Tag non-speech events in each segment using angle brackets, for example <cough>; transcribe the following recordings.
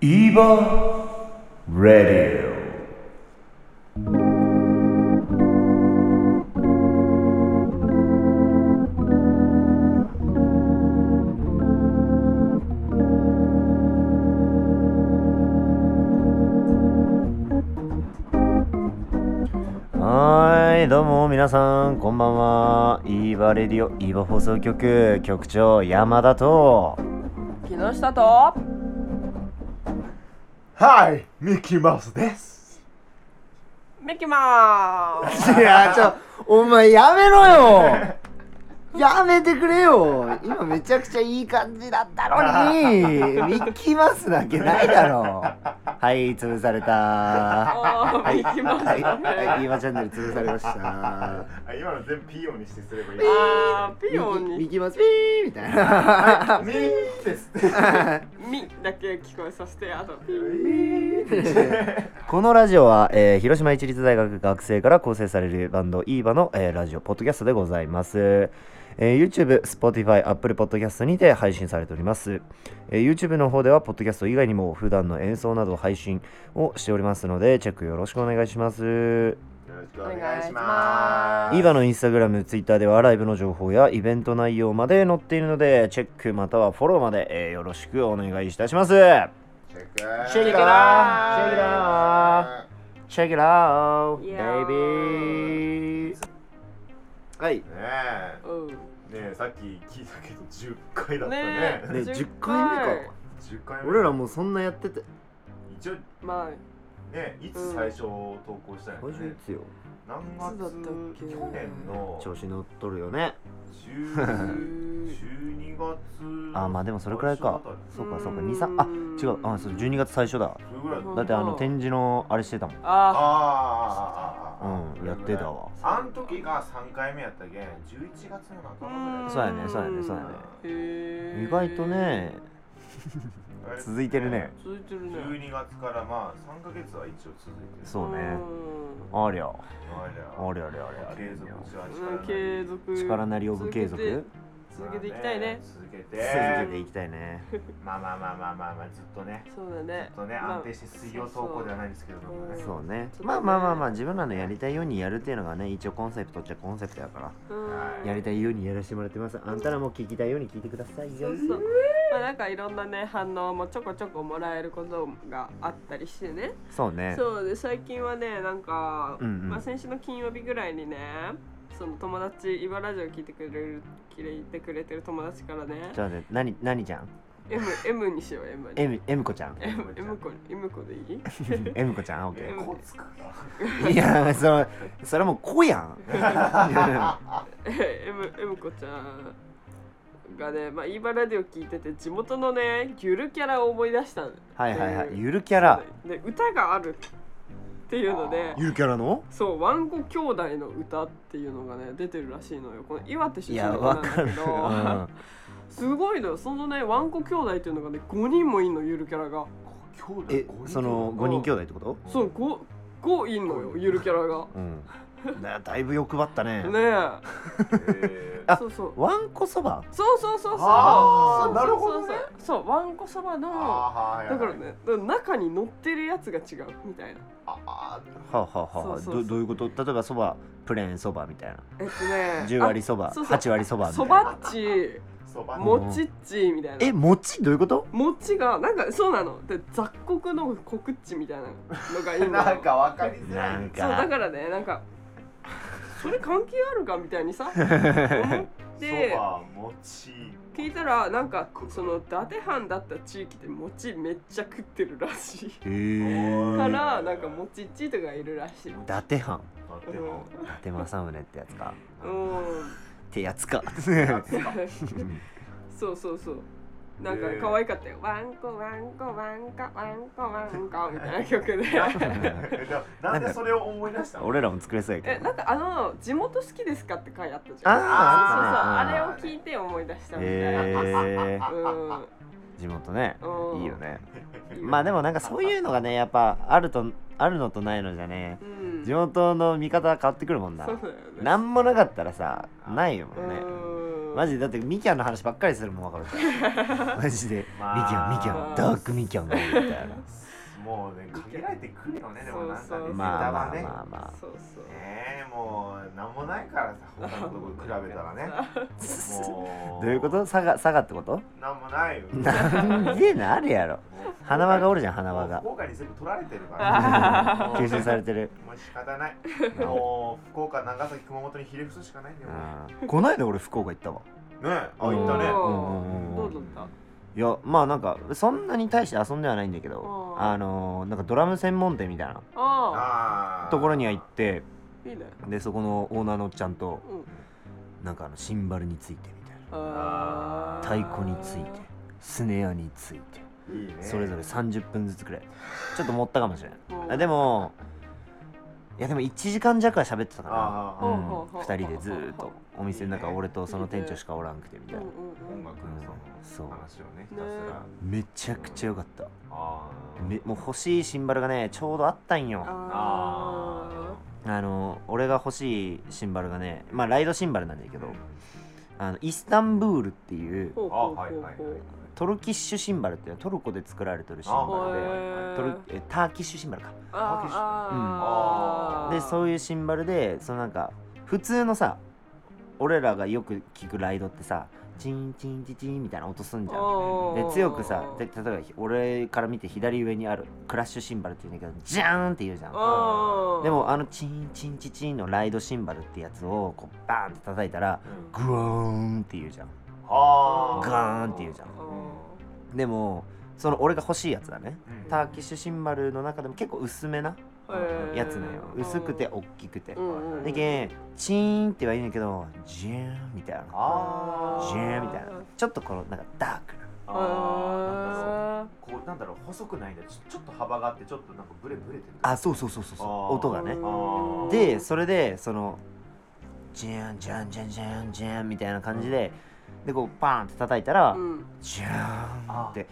Eva Radio. はーい、どうも皆さん、こんばんは。イーバレディオ、イーバ放送局、局長、山田と。木下とはい、ミッキーマウスです。ミキマースいやちょお前やめろよやめてくれよ今めちゃくちゃいい感じだったのにミッキーマウスなわけないだろはい、潰された。あーミッキーマウスはい、はい、今チャンネル潰されましたあ、今の全部ピヨンにしてすればいい。あーピミヨッキンーミッにキーマウスピーみたいなミーです。ミだけ聞こえさせてあとピーこのラジオは、えー広島市立大学学生から構成されるバンドイーバの、えーラジオポッドキャストでございます、えー YouTube、Spotify、Apple Podcast にて配信されております、えー YouTube の方ではポッドキャスト以外にも普段の演奏など配信をしておりますのでチェックよろしくお願いしますよろしくおお願願いいししまますす。イーバのインスタグラム、ツイッターではライブの情報やイベント内容まで載っているのでチェックまたはフォローまで、えーよろしくお願いいたしますチェック。 Check it out! Check it out! Check it out, Yeah. baby! はいねねえ、うんねえ、さっき聞いたけど10回だったねね。え10回目か10回目。俺らもうそんなやってて一応まね、いつ最初投稿したんやろ今週いね。つよ何いつだったっけ月？去年の調子乗っとるよねあ10 12月。あまあでもそれくらいか最初あたりそうかそうか23あ違うあそう12月最初だそれぐらいだうっんだってあの展示のあれしてたもんた。ああーあーあーあーあー。うんやってたわあん時が3回目やったけん11月の半ばぐらいそうやねそうやねそうやーへねー意外とね続いてるね続いてるね12月からまあ3ヶ月は一応続いてるそうねうんありゃありありゃありゃありゃあり継続ゃじゃうん継続力なりオブ継続続続続けていきたいね続けけてていきたいねまあまあまあまあまあまあずっとねけてそうだずねっとねまあ安定して水曜投稿ではないんですけれどもねそうそうねちょっとねまあまあまあまあ自分らのやりたいようにやるっていうのがね一応コンセプトっちゃコンセプトやからうんやりたいようにやらせてもらってますあんたらも聞きたいように聞いてくださいそようそうまあなんかいろんなね反応もちょこちょこもらえることがあったりしてねそうねそうで最近はねなんか、うんうんまあ、先週の金曜日ぐらいにねその友達イバラジオ聞いてくれる聞いてくれてる友達からねじゃあね何何ちゃん M, M にしよう M に M, M 子ちゃん M, M 子 M 子でい <laughs> い M 子ちゃんえ OK こつくないやそのそれもう子やん <laughs> M, M 子ちゃんがね、まあ、イバラジオ聞いてて地元のねゆるキャラを思い出したのはいはいはいってうゆるキャラで歌があるっていうのでゆるキャラのそうワンコ兄弟の歌っていうのがね出てるらしいのよこの岩手出い身やの子わなんかだる、けうど、ん、すごいのよそのねワンコ兄弟っていうのがね5人もいんのゆるキャラが兄弟え五人その5人兄弟ってことそう5五いんのよゆるキャラがうんだだいぶ欲張ったねねえーえあそうそうわんこそばそうそうそうそうあーそうなるほどねそうそうそうわんこそばのあーはいはいだからねだから中に乗ってるやつが違うみたいなあーはあ、はあはあ、そうそうそうどどういうこと例えばそばプレーンそばみたいなえっとね10割そばそうそう8割そばみたそいなばっちそばももちっちみたいなえ餅どういうこと餅がなんかそうなので雑穀の告知みたいなのがいいのよ <laughs> なんかわかりづらないんそうだかからねなんかそれ関係あるかみたい <laughs> にさ思ってそば餅聞いたらなんかその伊達藩だった地域で餅めっちゃ食ってるらしいへえかーらなんか餅っちとかいるらしい。伊達藩だってうもん伊達政宗ってやつかうんってやつか <laughs> <laughs> そうそうそうなんかえー可愛かったよ「わんこわんこわんかわんこわんこ」みたいな曲 <laughs> でえじゃあなんでそれを思い出したの俺らも作れそうやけえどなんかあの「地元好きですか?」って回あったじゃんあーそうそうそうああったねれを聞いて思い出したみたいな、えー、うん地元ねうんいいよねまあでもなんかそういうのがねやっぱあるとあるのとないのじゃねうん地元の見方が変わってくるもんなそうだよねなんもなかったらさないよもんねうマジでだってミキャンの話ばっかりするもん分かる <laughs> からマジで、まあミキャンミキャンダークミキャンがいるみたいなもうね限られてくるよねでもなんそかうそうねそうまネタあまはあねまあまそうそうねえもうなんもないからさ他のとこ比べたらねあもうどういうこと佐賀佐賀ってことなんもないよなんでなるやろもう花輪がおるじゃん花輪がもう福岡に全部取られてるから吸収されててるもう仕方ないもう福岡長崎熊本にひれ伏すしかないんだよねうんこないだ俺福岡行ったわねえあ行ったねおうんうんうんうんーどうだったいやまあなんかそんなに大して遊んではないんだけどうんあのーなんかドラム専門店みたいなあああところには行ってあいいねでそこのオーナーのおっちゃんとうんなんかあのシンバルについてみたいなあー太鼓についてスネアについていいねそれぞれ30分ずつくらいちょっと持ったかもしれないうんあでもいやでも1時間弱は喋ってたかあな、あうほうほん、うほう2人でずーっとお店の中俺とその店長しかおらんくてみたいなうん音うんうん楽のそそうの話をねひたすねらめちゃくちゃ良かったああめもう欲しいシンバルがねちょうどあったんよああの俺が欲しいシンバルがねまあライドシンバルなんだけどあのイスタンブールっていうーほうあほうほうほうはいはいはいトルキッシュシンバルっていうのはトルコで作られてるシンあバルへでえートルえターキッシュシンバルかあーあうんでそういういうシンバルでそのなんか普通のさ俺らがよく聞くライドってさチンチンチンチンみたいな音すんじゃんで強くさで例えば俺から見て左上にあるクラッシュシンバルっていうんだけどジャーンって言うじゃんでもあのチンチンチンチンのライドシンバルってやつをこうバーンって叩いたらグワーンって言うじゃんあーガーンって言うじゃんでもその俺が欲しいやつだねうんターキッシュシンバルの中でも結構薄めなやつなよ薄くてお大きくてうんでけんチーンってはいいんだけどジューンみたいなあージューンみたいなちょっとこのなんかダークなあーあなんかそうこうなんだろう細くないんだちょちょっと幅があってちょっとなんかブレブレてるあそうそうそうそうそうあー音がねあーでそれでそのジューンジューンジューンジューンジューンみたいな感じででこうパーンって叩いたらうんジューンってこ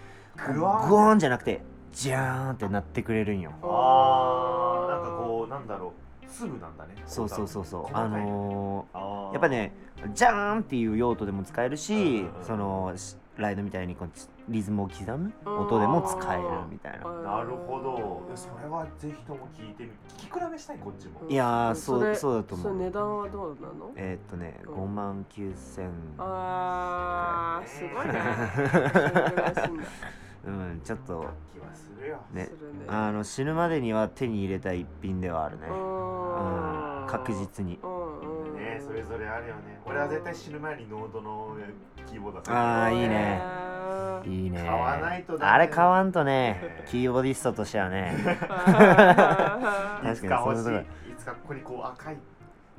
うググワーンワーンじゃなくてジャーンってなってくれるんよあーなんかこうなんだろう粒なんだねそうそうそうそう細かいあのあーーやっぱねジャーンっていう用途でも使えるしうんそのしライドみたいにこうちリズムを刻む音でも使えるみたいななるほどえそれはぜひとも聞いてみ聞き比べしたいこっちもうんいやーそそうれそうだとそれ思値う段はどうなのえーっとねうん5万9000あーす <laughs> ごいねうんちょっと気はするよねするねあの死ぬまでには手に入れたい一品ではあるねうん確実にうんうんねそれぞれあるよね俺は絶対死ぬ前にノートのキーボードだあーいいねいいね買わないとダメあれ買わんとね <laughs> ねキーボディストとしてはね <laughs> あいつか欲し確かにそいういうとこいつかここにこう赤い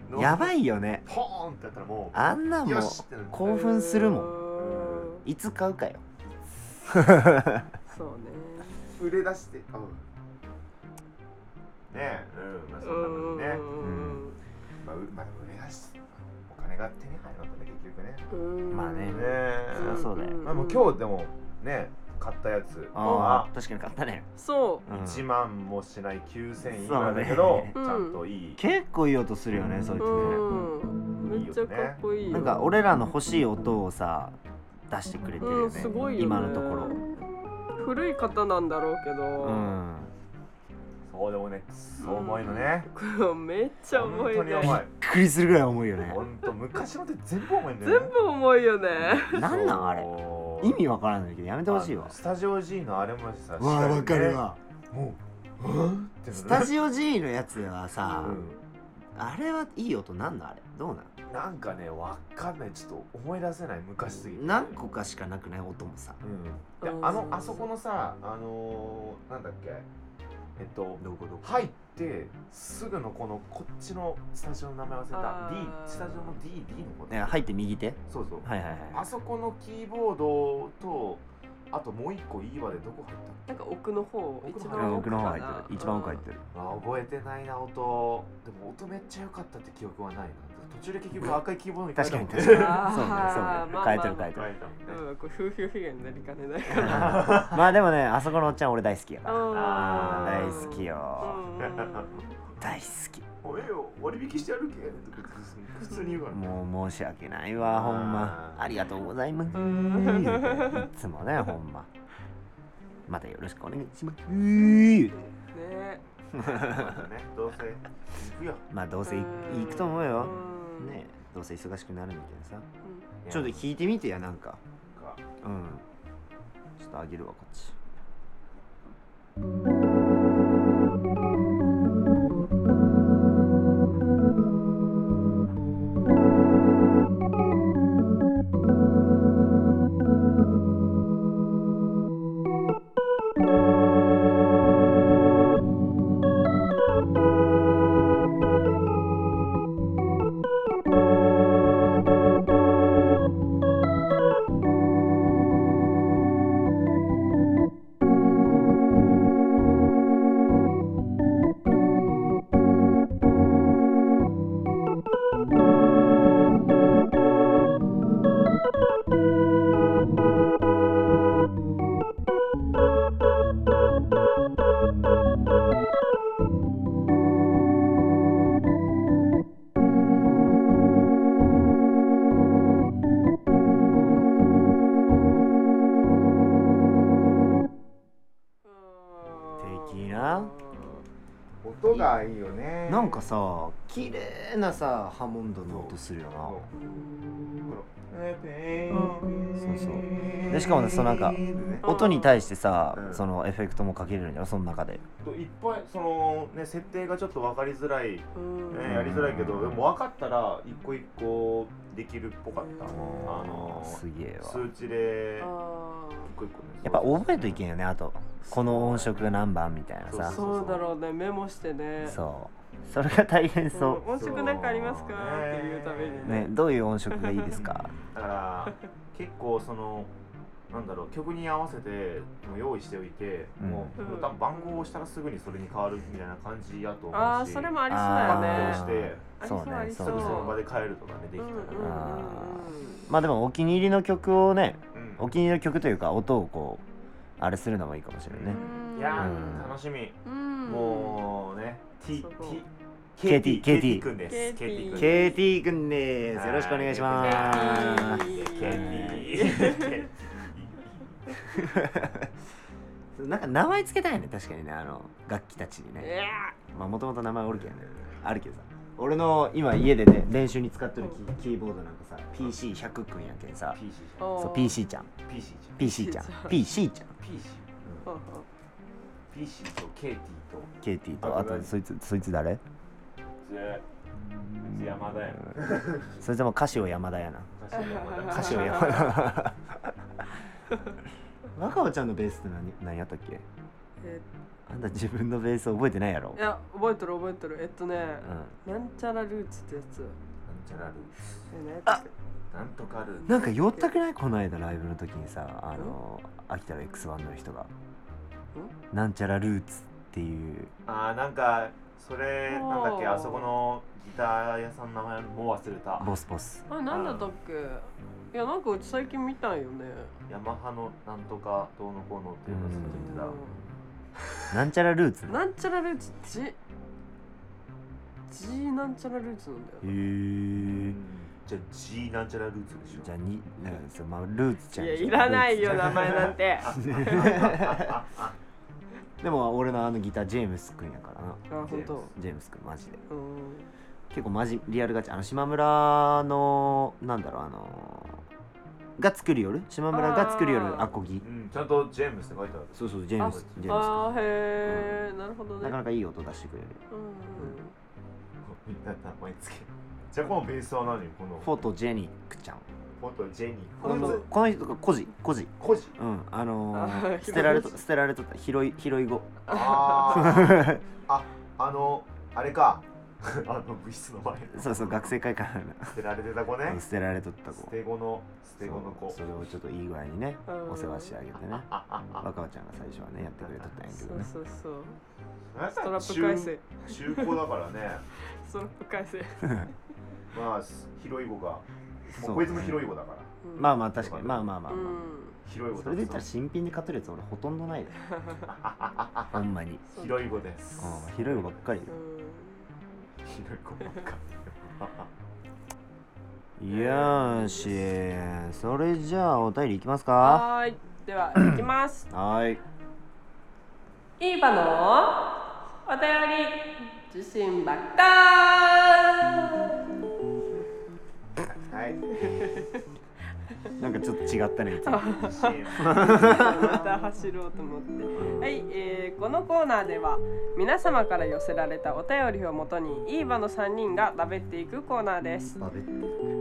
のやばいよねポーンってやったらもうあんなんもようしってなる <laughs> 興奮するもんんいつ買うかよそうね売れ出して多分ねえうんまあそんなもんねうんまあうまあでも売れ出しお金が手に入らなかったね結局ねねうんまあねえそりゃそうだよんまあもう今日でもね買ったやつああ確かに買ったね、そうん1万もしない9000いくらだけど、そうね、ちゃんといい、結構いい音するよね、うんそういうつね、うん、めっちゃかっこいいよなんか俺らの欲しい音をさ出してくれてるうよんね,、すごいよね今のところ古い方なんだろうけど、うんそうでもねそう重いのね、これめっちゃ重い本当に重いねびっくりするぐらい重いよね本当昔のって全部重いんだよね全部重いよねなんなんあれそう意味わからないけどやめてほしいわあのスタジオ G のあれもさわあしっわかかりねるわもううんってスタジジオ G のやつはさ、うあれはいい音なんのあれどうなんん、なんかねわかんないちょっと思い出せない昔すぎて何個かしかなくない音もさうんでうんあのあそこのさあのー、なんだっけえっとどこどこ入ってすぐのこのこっちのスタジオの名前忘れあたー D スタジオの DD のこね入って右手そうそうはいはいはいあそこのキーボードとあともう一個いいわでどこ入ったっなんか奥の方一う番ん奥奥かのな方入ってる一番奥入ってるけあー覚えてないな音でも音めっちゃ良かったって記憶はないな途中で結局赤いキーボードに変え確たかもにん確かにそうねそうあーまあまあね変えてる変えて変えるたもんねうん、これ夫婦被害になりかねない <laughs> からまあでもねあそこのおっちゃん俺大好きやからあ大好きようん大好おえよ割引してやるけとか普通に言うかきらもう申し訳ないわほんまあーありがとうござい <laughs> ますん言うていつもねほんままたよろしくお願いします言うてね <laughs> まあねどうせ行くよまあどうせい行くと思うよねどうせ忙しくなるみたいなさちょっといや聞いてみてやなんかなんかうんちょっとあげるわこっちうん的な音がいいよねなんかさ綺麗なさハモンドの音するよなこんのそうそうでしかもねそのなんか音に対してさ、うんそのエフェクトもかけれるんだよその中でいっぱいそのね設定がちょっと分かりづらい、ね、うんんやりづらいけどでも分かったら一個一個できるっぽかったあのすげえわ数値であ一個一個ねやっぱ覚えといけんよねあとこの音色が何番みたいなーさそうそうだろうねメモしてねそうそれが大変そん音色なんかありますかそうっていうためうにねねどういう音色がいいですか <laughs> だから結構そのなんだろう曲に合わせてもう用意しておいて、うんもう多分番号を押したらすぐにそれに変わるみたいな感じやと思うしああそれもありそうあパッとー押しだよねてそうあねりそそううすぐその場ねで変えるとかねできうんたうらんうんね、うんあまあでもお気に入りの曲をねうんお気に入りの曲というか音をこうあれするのもいいかもしれないねいやー、うん楽しみ、うんもうね T すごい T KT KT くんです KT KT くん KT くんですよろしくお願いしまはすい KT なんか名前つけたいね確かにねあの楽器たちにいねやまあもともと名前おるけどねあるけどさ俺の今家でね練習に使ってるキキーボードなんかさ PC100 くんやけんさ PC じゃんーそう PC ちゃん PC じゃん PC ちゃん PC ちゃん PC ほうほう PC と KT と KT とあとそいつそいつ誰ぜうち山田やんそいつも歌詞を山田やな昔の山田歌詞を山 <laughs> 田若尾ちゃんのベースって何何やったっけえあんた自分のベース覚えてないやろいや覚えてる覚えてるえっとねうなんちゃらルーツってやつなんちゃらルーえねツなんとかルーん、なんか酔ったくないこの間ライブの時にさあの秋田の X1 の人が「なんちゃらルーツ」っていうあーなんかそれおーなんだっけあそこのギター屋さんの名前もう忘れたボスボスあれなんだったっけいやなんかうち最近見たんよねヤマハのなんとかどうのこうのっていうのをずっと言ってなんちゃらルーツへなんちゃらルーツ G G なんちゃらルーツなんだよえねたじゃあ G なんちゃらルーツでしょじゃあになんかそうまあルーツちゃんいやいらないよル名前なんてあーツちゃん <laughs> でも俺のあのギタージェームスくんやからな本当ジェームスくんマジでうん結構マジリアルガチあの島村のなんだろうあのが作る夜島村が作るあ夜ーアコ <laughs> ギうんちゃんとジェームスって書いてあるそうそうジェームスジェームスくんあーへえなるほどねなかなかいい音出してくれる。うんうんうんみんな名前つけじゃあこのベースは何このフォトジェニックちゃん。元ジェニーここののこの人が孤児、孤児。コジうん、あのあー <laughs> ー捨てられと拾い捨てられとった拾い拾い子。ああああのあれか <laughs> あの部室の前 <laughs> そうそう学生会館捨てられてた子ねの捨てられとった子。捨て子の捨て子の子そうそれをちょっといい具合にねうんお世話してあげてね。あああ若葉ちゃんが最初はねやってくれとったんやけそどうね。そうそうあストラップ改正中中古だからねストラップ改正まあす広い子がそうもうこいつも広い子だからまあままあ確かにまあまあまああうまあ。ん広い子それで言ったら新品で買ってるやつ俺ほとんどないで。ほんまに。うんそう広い子です広い子ばっかりよ。うんひどい子ばっかよーしそれじゃあお便りいきますかはーいではいきますはいいいばのお便り受信バッタはいなんかちょっと違ったねいつもまた走ろうと思ってはい、えーこのコーナーでは皆様から寄せられたお便りをもとにいいばの3人がだべっていくコーナーですバベって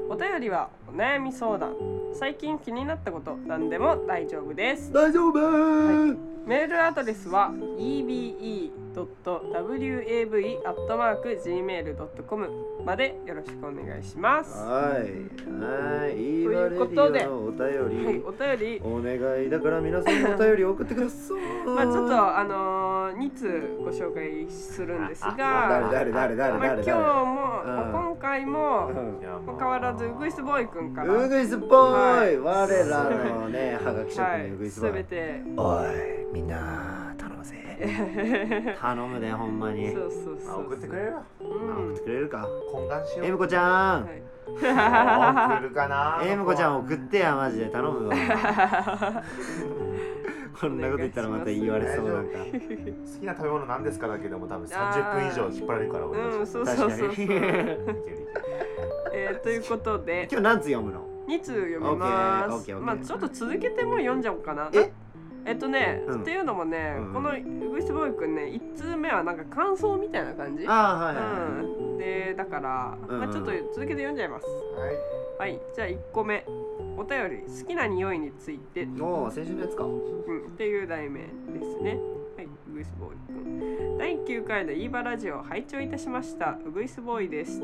お便りはお悩み相談最近気になったことなんでも大丈夫です大丈夫メールアドレスは ebe.wav.gmail.com までよろしくお願いします。ははいはいいいとわレいうデことィでオのお便い、りお便り、お願いだから皆さんもお便り送ってくださいまあちょっとあのー、2通ご紹介するんですが、誰まあ、誰誰誰今誰日も、誰まあ今回もうん変わらずウグイスボーイくんから、ウはグイスボーイ、はい我らのね、はがき職人ウグい、イスすボーイ。べて、おい、みんな、頼むぜ。 <laughs> 頼むね、ほんまに。そうそうそうあそう、送ってくれるう送んってくれるか。懇願しようエムコちゃん、は送るかなエムコちゃんを送ってや、マジで頼むわ。こんなこと言ったらまた言われそうなんか。好きな食べ物なんですかだけでも多分30分以上引っ張られるからい、俺たちうん、そうそうそうそう確、かいけるいけるえ <laughs> ー、ということで。今日何つ読むの2通読みま OK す。 OK OK まあちょっと続けてもう読んじゃおうかな。ええっとね、うんっていうのもね、うんこのウグイスボーイくんね1通目はなんか感想みたいな感じ、ああ、はいはいはうん、でだから、うんまあ、ちょっと続けて読んじゃいます。はいはいじゃあ1個目お便り好きな匂いについて、い。おお、先週のやつか。うん、っていう題名ですね。はい、ウグイスボーイくん。第9回のイーバラジオを拝聴いたしました。ウグイスボーイです。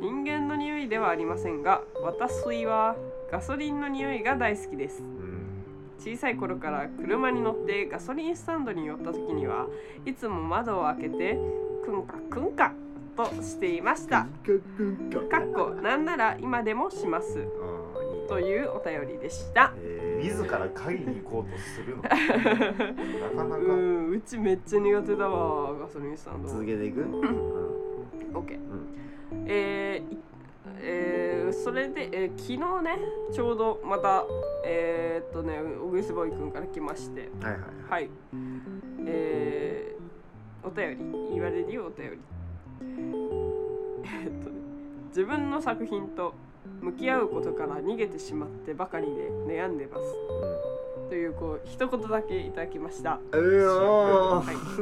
人間の匂いではありませんが、私はガソリンの匂いが大好きです。うん。小さい頃から車に乗ってガソリンスタンドに寄った時にはいつも窓を開けてクンカクンカとしていました。かっこなんなら今でもします。というお便りでした。自ら買いに行こうとするのなかなかうん、うちめっちゃ苦手だわガソリンスタンド。続けていくうんオッケーうんえーいえーそれで、えー昨日ねちょうどまたえーっとね小栗スボーイ君から来ましてはいはいはい。はいえーお便り言われるよお便りえーっとね自分の作品と向き合うことから逃げてしまってばかりで悩んでますというこう一言だけいただきましたうおはい小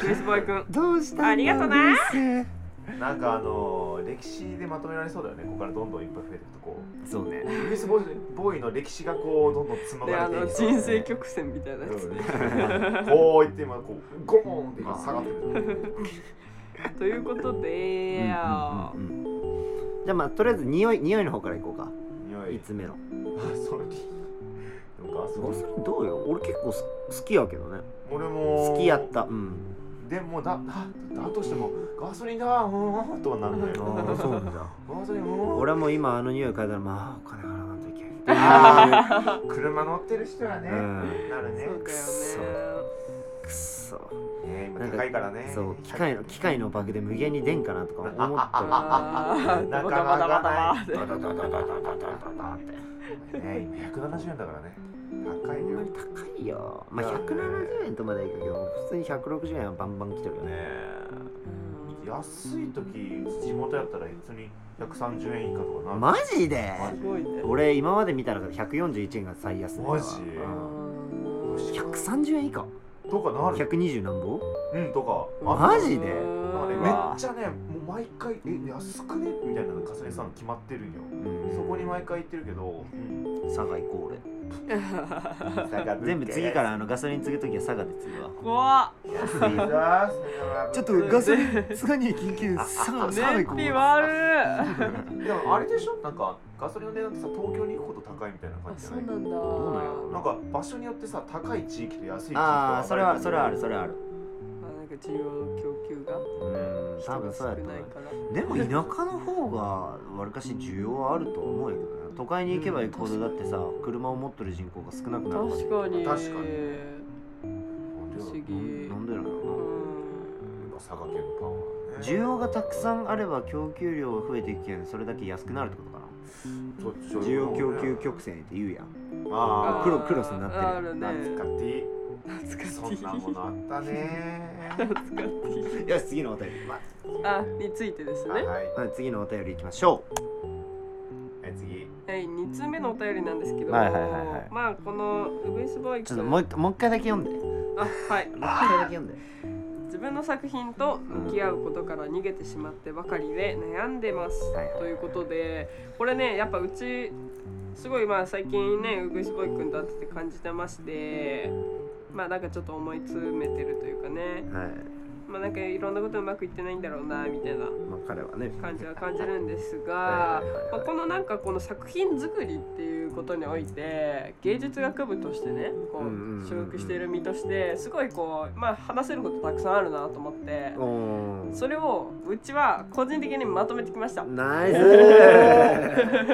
栗スボーイ君どうしたんだありがとな先生なんかあのー歴史でまとめられそうだよねここからどんどんいっぱい増えていくとこそうね。 <laughs> うウグイスボーイボーイの歴史がこうどんどん紡でがあれのていきそう人生曲線みたいなやつねうんこう言って今こうゴーンって今下がってるということで、うんうんうんうんじゃあまあとりあえず匂い匂いの方からいこうか。匂い5つ目の。あそれでもガソリガンソリンどうよ。俺結構す好きやけどね。俺も好きやった。うん。でもだだだとしてもガソリンだうーんとはなんだ <laughs> よああそうなんだ。ガソリンうーん俺も今あの匂い嗅いだらまあお金払わなんとい <laughs> けん。あー車乗ってる人はね、うんなるねそうくっだそよね。くっそ。ね今高いからねそう機械の機械のバグで無限に出んかなとか思った。あーなバかタバなタバタかバなタいダダダダダダダダダって。ね今170円だからねほ高いんまよに高いよ。まあ170円とまではいくけど普通に160円はバンバン来てるよね。ね安い時地元やったら普通に130円以下とかなマジで。すごいね。俺今まで見たら141円が最安値だわマジうんジ130円以下とかなる120何本うんとかあマジでなんかねうめっわちゃねもう毎回え安くねみたいなの重ねさん決まってるんよそこに毎回行ってるけど、うん、佐賀行こう全俺全部 <laughs> 次からあのガソリン継ぐときは佐賀で継ぐわ怖っ。ちょっでとガソリン佐賀に緊急佐賀佐賀行こ燃費う悪い。もあれでしょなんかガソリンの値段ってさ東京に行くほど高いみたいな感じじゃないんだ。うなんやなろなんか場所によってさ高い地域と安い地域とああそれは分そかれはあれるてそれはあるんか需要の供給がうん人多が分少そうやと思ないうから。でも田舎の方がわりかし需要はあると思うよ都会に行けば行くほどだってさ車を持ってる人口が少なくなる確かに。確かに不思議。なんでなのうん佐賀県のパンはね需要がたくさんあれば供給量が増えていくけんそれだけ安くなるってことかな需要供給曲線って言うやんあー黒クロスになってるやんあるあね懐かしい懐かしいそんなものあったね懐かしいよし次のお便り、まあについてですねあはいあ、次のお便りいきましょうえ次はい2通目のお便りなんですけど、はいはいはいはいまあこのウグイスボーイちくょっんともう一回もう一回だけ読んでもうあはい一回だけ読んで自分の作品と向き合うことから逃げてしまってばかりで悩んでます、はいはいということでこれねやっぱうちすごいまあ最近ねうぐいすボーイくんと会ってて感じてましてまあなんかちょっと思い詰めてるというかねはいまあなんかいろんなことうまくいってないんだろうなみたいなまあ彼はね感じは感じるんですはがいはいはいはいまあこのなんかこの作品作りっていうことにおいて芸術学部としてねこうんうんうんうんう所属している身としてすごいこうまあ話せることたくさんあるなと思っておおそれをうちは個人的にまとめてきました。ナイス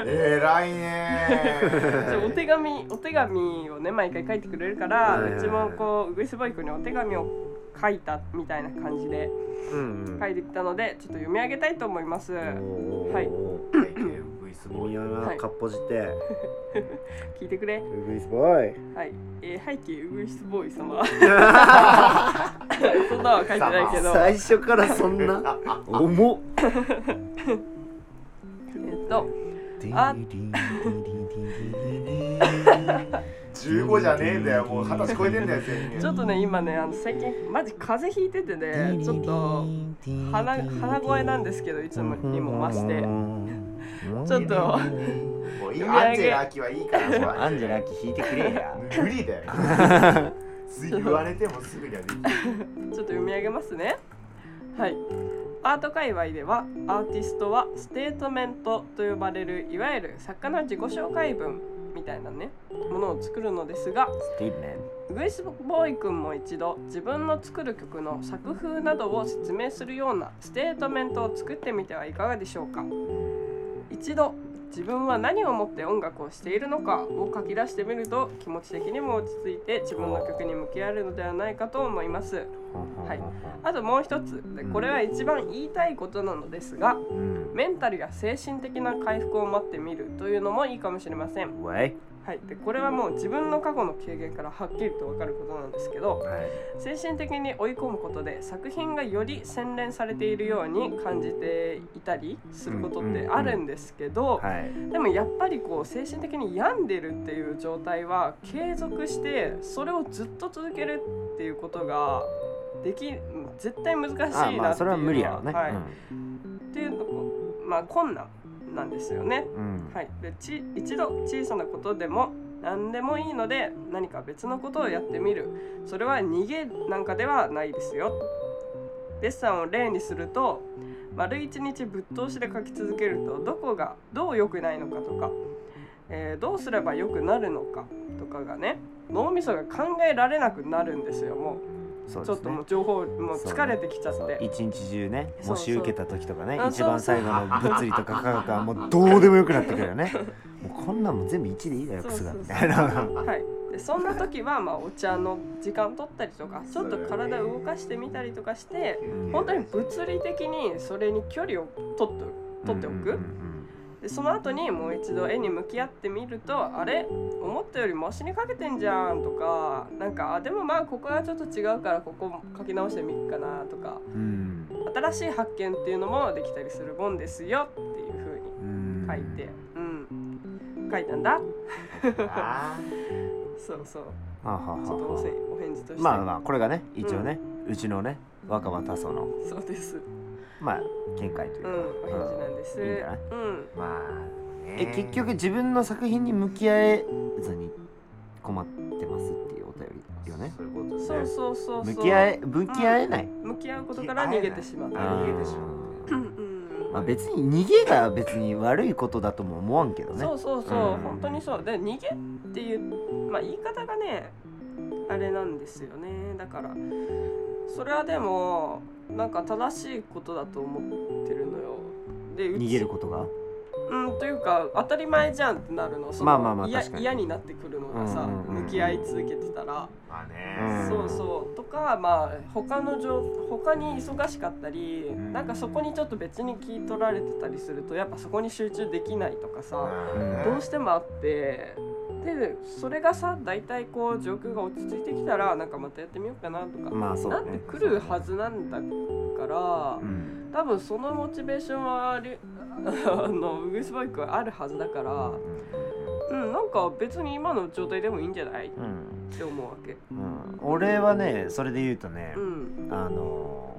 えらいねそうお手紙お手紙をね毎回書いてくれるかはいらはいはいうちもこうウグイスボーイ君にお手紙を書いたみたいな感じでうんうん書いてきたのでちょっと読み上げたいと思いますはいいはいえーウグイスボーイ君ははないかっぽじって聞いてくれウグイスボーイはい、えー、背景ウグイスボーイ様 <laughs> そんなは書いてないけ <laughs> ど最初からそん <laughs> な重っえっとあ15じゃねえんだよもう二十歳超えてんだよ全ちょっとね今ねあの最近マジ風邪ひいててねちょっと鼻鼻声なんですけどいつもにも <laughs> 増してちょっ <laughs> と然もういいアンジェラアキはいいから <laughs> もうアンジェラキ引いてくれや無理だ <laughs> よす言われてもすぐにはできないちょっと読み上げますねはいアート界隈ではアーティストはステートメントと呼ばれるいわゆる作家の自己紹介文みたいなねものを作るのですがスティーブメンウグイスボーイ君も一度自分の作る曲の作風などを説明するようなステートメントを作ってみてはいかがでしょうか一度自分は何をもって音楽をしているのかを書き出してみると気持ち的にも落ち着いて自分の曲に向き合えるのではないかと思いますはいあともう一つでこれは一番言いたいことなのですがうんメンタルや精神的な回復を待ってみるというのもいいかもしれませんウェイはい、でこれはもう自分の過去の経験からはっきりと分かることなんですけどはい精神的に追い込むことで作品がより洗練されているように感じていたりすることってあるんですけど、はいでもやっぱりこう精神的に病んでるっていう状態は継続してそれをずっと続けるっていうことができ絶対難しいなってあいうのまあそれは無理やろねはいうっていうのも、まあ、困難なんですよね。んうんはい、でち一度小さなことでも何でもいいので何か別のことをやってみるそれは逃げなんかではないですよデッサンを例にすると丸一日ぶっ通しで書き続けるとどこがどう良くないのかとか、えーどうすれば良くなるのかとかがね脳みそが考えられなくなるんですよもそううちでょっすとねもう情報もう疲れてきちゃっそうて一日中ねそうそう模試受けた時とかねあ一番そう最そう後の物理とか科学はもう <laughs> どうでもよくなってくるよねもうこんなんも全部1でいいだよそうクそスうそうがみたいなはい、でそんな時はまあお茶の時間取ったり <laughs> とかちょっと体を動かしてみたりとかして本当に物理的にそれに距離を取って取っておうんうんうくんでその後にもう一度絵に向き合ってみるとあれ思ったより模試にかけてんじゃんとかなんかあでもまあここはちょっと違うからここ書き直してみっかなとかうん新しい発見っていうのもできたりするもんですよっていう風にうん書いて、うん、書いたんだあそうそうはあはあはあちょっとおせお返事としてまあまあこれがね一応ね、うちのね若葉多層のそうですまあ見解といううか、ん、お返事なんです。いいんじゃないうん、ーまあねえ結局自分の作品に向き合えずに困ってますっていうお便りよねそういうことねそうそうそうそう。向き合え向き合えない、向き合うことから逃げてしまっあた。ー逃げてしまううねんうんまあ、別に逃げが別に悪いことだとも思わんけどねそうそうそう、うん本当にそうで逃げっていうまあ言い方がねあれなんですよねだからそれはでもなんか正しいことだと思ってるのよでうち逃げることがううんというか当たり前じゃんってなるのそのまあまあまあいや確かに嫌になってくるのがさ、うんうんうんうん向き合い続けてたら、まあうんねそうそうとかまあ他の情他に忙しかったり、んなんかそこにちょっと別に聞い取られてたりするとやっぱそこに集中できないとかさ、うんどうしてもあってでそれがさ大体こう状況が落ち着いてきたらなんかまたやってみようかなとか、まあそうなだっねてくるはずなんだから。うん多分そのモチベーションはある <laughs> あのウグイスバイクはあるはずだからうんなんか別に今の状態でもいいんじゃないっうんて思うわけうん俺はねそれで言うとね、うんあの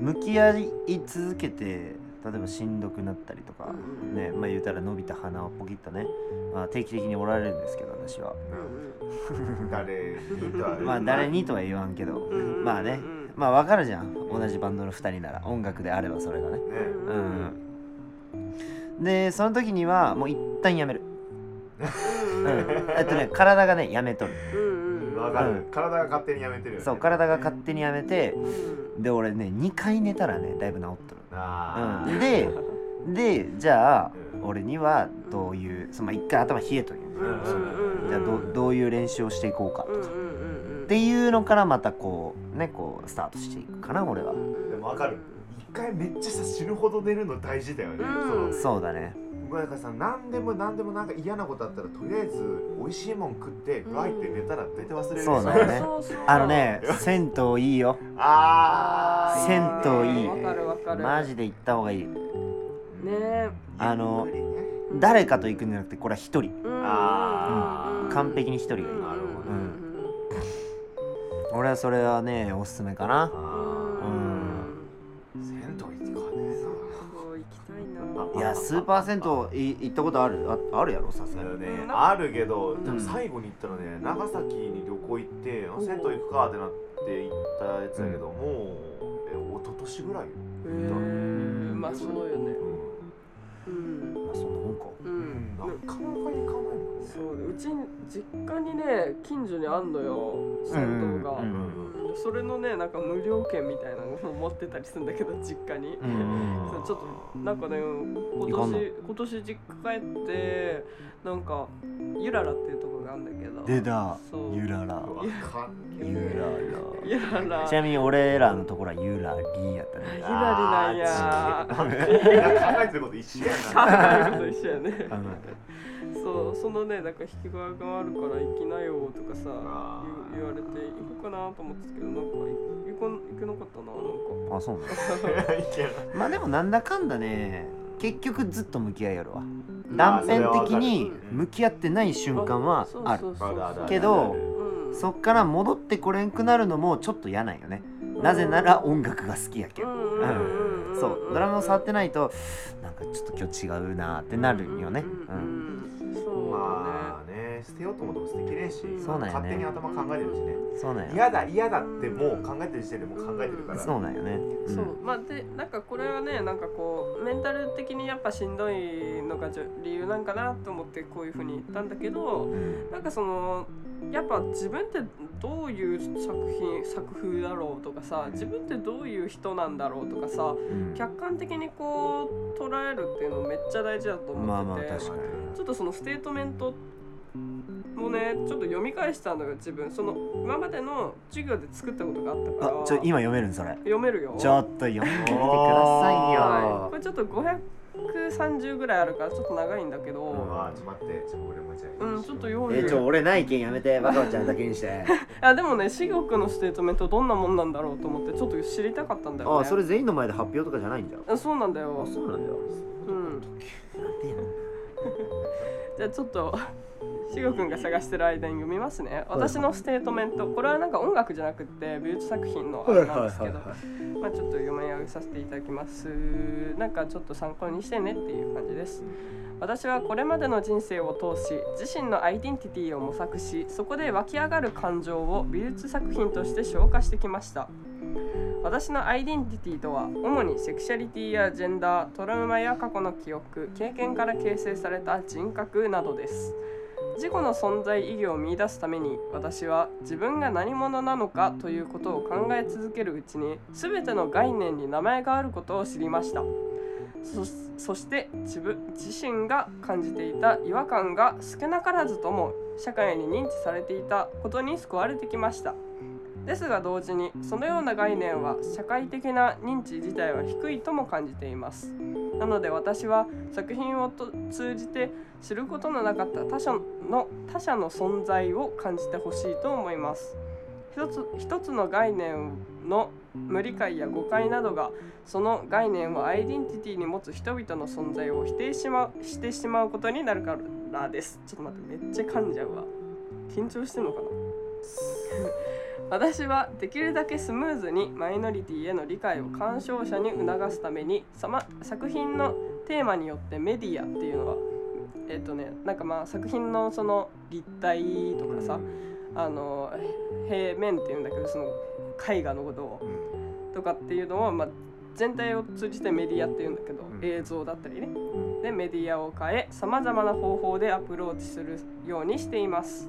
向き合い続けて例えばしんどくなったりとか、ねまあ言うたら伸びた鼻をポキッとね、まあ、定期的におられるんですけど私はうん誰にとはまあ誰にとは言わんけどうんまあねうんまあわかるじゃん同じバンドの2人なら音楽であればそれがねねうんうんでその時にはもう一旦やめる、うんううんん、えっとね体がねやめとるうんうんわかる体が勝手にやめてるよねそう体が勝手にやめてうんで俺ね2回寝たらねだいぶ治っとるあうんででじゃあうん俺にはどういうその一回頭冷えとるよねうんうんうんじゃあどうどういう練習をしていこうかうんうんうんっていうのからまたこうねこうスタートしていくかな俺はーでもわかる一回めっちゃさ死ぬほど寝るの大事だよねうそのんそうだねなんかさ何でも何でもなんか嫌なことあったらとりあえず美味しいもん食ってうんわいって寝たら出て忘れるそうそなうのねそうそうあのね銭湯いいよああー銭湯いいわかるわかるマジで行った方がいいーねえあのゆっくりね誰かと行くんじゃなくてこれは一人うんあーうん完璧に一人がいいうんうん俺はそれはねおすすめかなうんあうんー銭湯行くかねそう行きたいいやスーパー銭湯い行ったことあるああるやろさすだがよにねうんあるけど、うんでも最後に行ったのね長崎に旅行行ってあ銭湯行くかってなって行ったやつだけど、もうえ一昨年ぐらいよ、なへえまあそうよねうんまあそんなもんかううんなかなか行かないもんねそうねうち実家にね近所にあんのよ銭湯が、うんうんうんそれのねなんか無料券みたいなのを持ってたりするんだけど実家に、うんうんそうちょっとなんかね今いかんの年今年実家帰ってなんかゆららっていうところがあるんだけど出たそうゆららわかんねゆえらゆらららちなみに俺らのところはゆらりやったねゆらりなんやあーちげえな考えてること一緒や考なえること一緒やねあのそうそのねなんか引きががあるから行きなよとかさあー言う言われて行こうかなと思ってたけどなんか行こん行けなかったななあそうなのんかいけないまあでもなんだかんだね結局ずっと向き合いやるわまあ断片的に向き合ってない瞬間はそうあそるうそうあるあるあるけどうんそっから戻ってこれんくなるのもちょっと嫌なんよねなぜなら音楽が好きやけうんんうんうんそうドラムを触ってないとなんかちょっと今日違うなーってなるよねうんうんうんそうだまあね捨てようと思っても捨てきれんしそうなんよね勝手に頭考えてるしねそうなんよ嫌だ嫌だってもう考えてる時点でもう考えてるからそうなんよねねそうまあでなんかこれはねなんかこうメンタル的にやっぱしんどいのがじょ理由なんかなと思ってこういうふうに言ったんだけどうんうんなんかそのやっぱ自分ってどういう作品作風だろうとかさ自分ってどういう人なんだろうとかさうん客観的にこう捉えるっていうのめっちゃ大事だと思ってて、まあまあ確かにちょっとそのステートメントもねちょっと読み返したのよ自分その今までの授業で作ったことがあったからあちょ今読めるんそれ読めるよちょっと読んでみてくださいはいよこれちょっと530ぐらいあるからちょっと長いんだけうどわちょっと待ってちょっと俺もじゃうんちょっと読んえでちょ俺ないけんやめてバカちゃんだけにして <laughs> あでもね私学のステートメントどんなもんなんだろうと思ってちょっと知りたかったんだよねあそれ全員の前で発表とかじゃないんじゃんあそうなんだよあそうなんだようんなんてやんじゃあちょっと <laughs> しごくんが探してる間に読みますね私のステートメントこれはなんか音楽じゃなくって美術作品のあれなんですけどまあちょっと読み上げさせていただきますなんかちょっと参考にしてねっていう感じです私はこれまでの人生を通し自身のアイデンティティを模索しそこで湧き上がる感情を美術作品として消化してきました私のアイデンティティとは主にセクシャリティやジェンダートラウマや過去の記憶経験から形成された人格などです自己の存在意義を見出すために私は自分が何者なのかということを考え続けるうちに全ての概念に名前があることを知りましたそそして自分自身が感じていた違和感が少なからずとも社会に認知されていたことに救われてきましたですが同時にそのような概念は社会的な認知自体は低いとも感じていますなので私は作品をと通じて知ることのなかった他者の他者の存在を感じてほしいと思います一つ一つの概念の無理解や誤解などがその概念をアイデンティティに持つ人々の存在を否定し,、ま、してしまうことになるからですちょっと待ってめっちゃ噛んじゃうわ緊張してんのかな <laughs> 私はできるだけスムーズにマイノリティへの理解を鑑賞者に促すためにさま作品のテーマによってメディアっていうのはえっとねなんかまあ作品のその立体とかさあの平面っていうんだけどその絵画のことをとかっていうのを、まあ、全体を通じてメディアっていうんだけど、うん映像だったりねでメディアを変えさまざまな方法でアプローチするようにしています、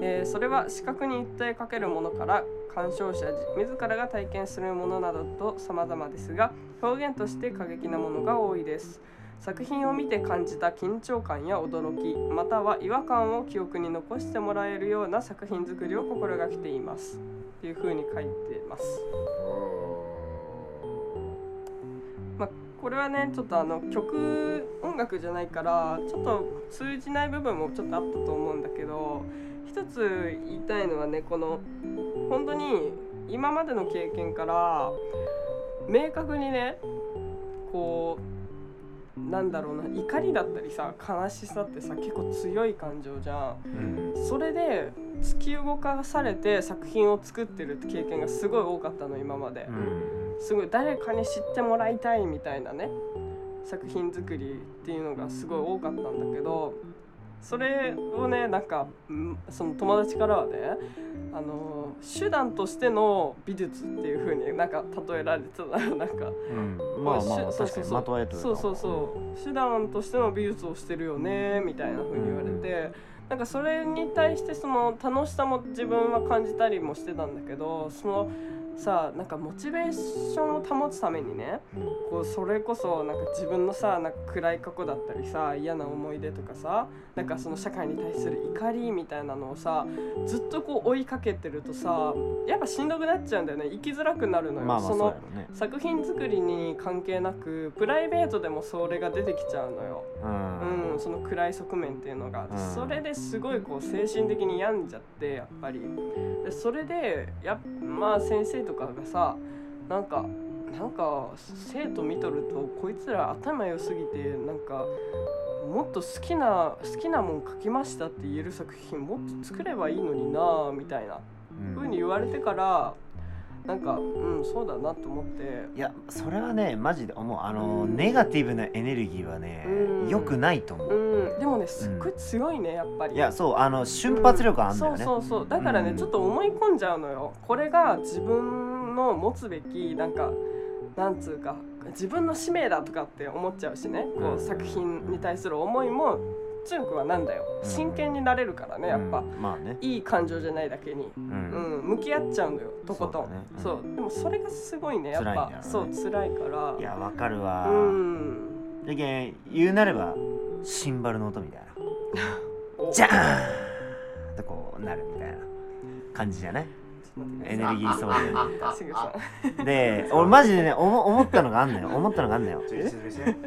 えーそれは視覚に訴えかけるものから鑑賞者自らが体験するものなどと様々ですが表現として過激なものが多いです作品を見て感じた緊張感や驚きまたは違和感を記憶に残してもらえるような作品作りを心がけていますっていう風に書いてますまあ、これはねちょっとあの曲音楽じゃないからちょっと通じない部分もちょっとあったと思うんだけど一つ言いたいのはねこの本当に今までの経験から明確にねこうなんだろうな怒りだったりさ悲しさってさ結構強い感情じゃん。うんそれで突き動かされて作品を作ってるって経験がすごい多かったの今まで。すごい誰かに知ってもらいたいみたいなね作品作りっていうのがすごい多かったんだけどそれをねなんかんその友達からはねあの手段としての美術っていう風になんか例えられてた <laughs> ななんかうんまあまあそう確かそうにそうまとわれてるなそうそうそう手段としての美術をしてるよねみたいな風に言われて、なんかそれに対してその楽しさも自分は感じたりもしてたんだけどそのさなんかモチベーションを保つためにねこうそれこそなんか自分のさなんか暗い過去だったりさ嫌な思い出とかさなんかその社会に対する怒りみたいなのをさずっとこう追いかけてるとさやっぱしんどくなっちゃうんだよね生きづらくなるのよ。まあまあそそうのやろね作品作りに関係なくプライベートでもそれが出てきちゃうのよ、うんうん、その暗い側面っていうのが、うんそれですごいこう精神的に病んじゃってやっぱりでそれでやっまあ先生とかがさなんかなんか生徒見とるとこいつら頭良すぎてなんかもっと好きな好きなもん描きましたって言える作品もっと作ればいいのになぁみたいなうん風に言われてからなんかうんそうだなと思っていやそれはねマジで思うあの、うんネガティブなエネルギーはねうん良、くないと思う、うん、でもねすっごい強いね、やっぱりいやそうあの瞬発力あんだよね、そうそうそうだからね、うんちょっと思い込んじゃうのよこれが自分の持つべきなんかなんつうか自分の使命だとかって思っちゃうしねこうんう作品に対する思いもつんくはなんだようん真剣になれるからねやっぱ、うんまあねいい感情じゃないだけに、ううんん、向き合っちゃうのよとことんそうだねうんそう,、でもそれがすごいねやっ辛いんだよぱねそう辛いからいやわかるわうんでけん言うなればシンバルの音みたいなおじゃーんってこうなるみたいな感じじゃ <laughs> ないちょっと待ってエネルギーそうすぐさでで俺マジでねおも思ったのがあんのよ思ったのがあんのよちょっと説明して。ね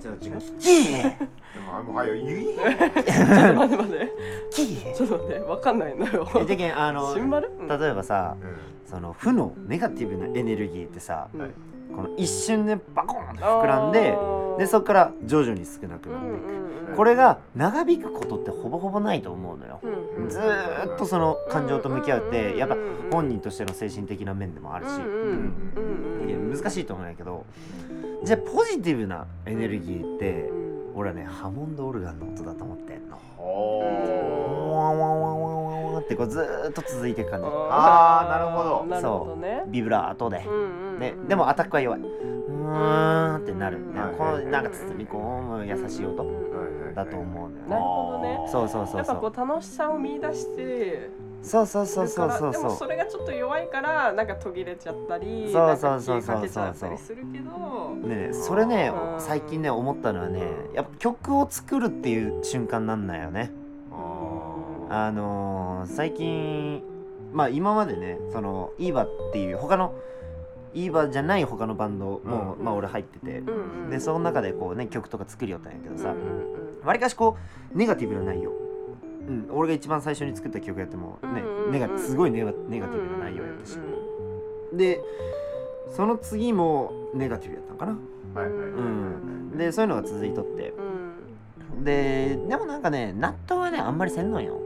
ちょっと違う。キーあもう早い。いいんちょっと待って待ってキーちょっと待って、わかんないんだよ。えでけんあの <laughs> シンバル、うん例えばさうんその負のネガティブなエネルギーってさうんこの一瞬でバコーンって膨らんででそこから徐々に少なくうなる、んうんうん、これが長引くことってほぼほぼないと思うのよ、うんうん、ずーっとその感情と向き合うって、やっぱ本人人としての精神的な面でもあるし、うんうんうんうん、いや難しいと思うんやけどじゃあポジティブなエネルギーって俺はねハモンドオルガンの音だと思ってんの。ほワンワンワンワンワンワンっってこうずーっと続いていく感じあーなるほどなるほどね。ビブラートでう、んうんね、でもアタックは弱いうーんってなる、ねはいこのなんか包み込む優しい音だと思うんだよなるねほどねそうそうそやうっそぱこうう楽しさを見出してそうそうそうそうだかそらうでそもうそれがちょっと弱いからなんか途切れちゃったりそうそうそうそうそうなんか消えかけちゃったりするけどねそれねうん最近ね思ったのはねやっぱ曲を作るっていう瞬間なんだよねああのー最近まあ今までねその EVA っていう他の EVA じゃない他のバンドも、うんまあ俺入ってて、うんうんでその中でこうね曲とか作りよったんやけどうんうさんうんわり、かしこうネガティブな内容、うん、俺が一番最初に作った曲やってもね、うんうんうんネガすごいネガネガティブな内容やったし、でその次もネガティブやったんかなーはいはいはいはいうんでそういうのが続いとってうんででもなんかね納豆はねあんまりせんのよ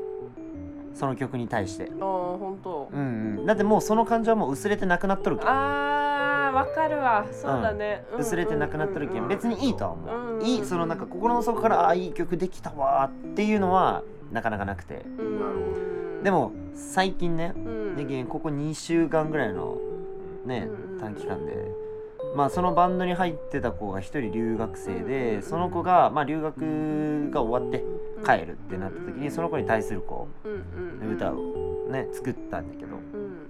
その曲に対してああ本当うんうん、だってもうその感情はもう薄れてなくなっとるけんあーわかるわそうだね薄れてなくなっとるけん別にいいとは思う、うんいいそのなんか心の底からああいい曲できたわーっていうのはなかなかなくてうんでも最近ねうんでけんここ2週間ぐらいのねうん短期間でまあそのバンドに入ってた子が1人留学生でその子がまあ留学が終わって帰るってなった時にその子に対するこうんううん歌をね作ったんだけどうん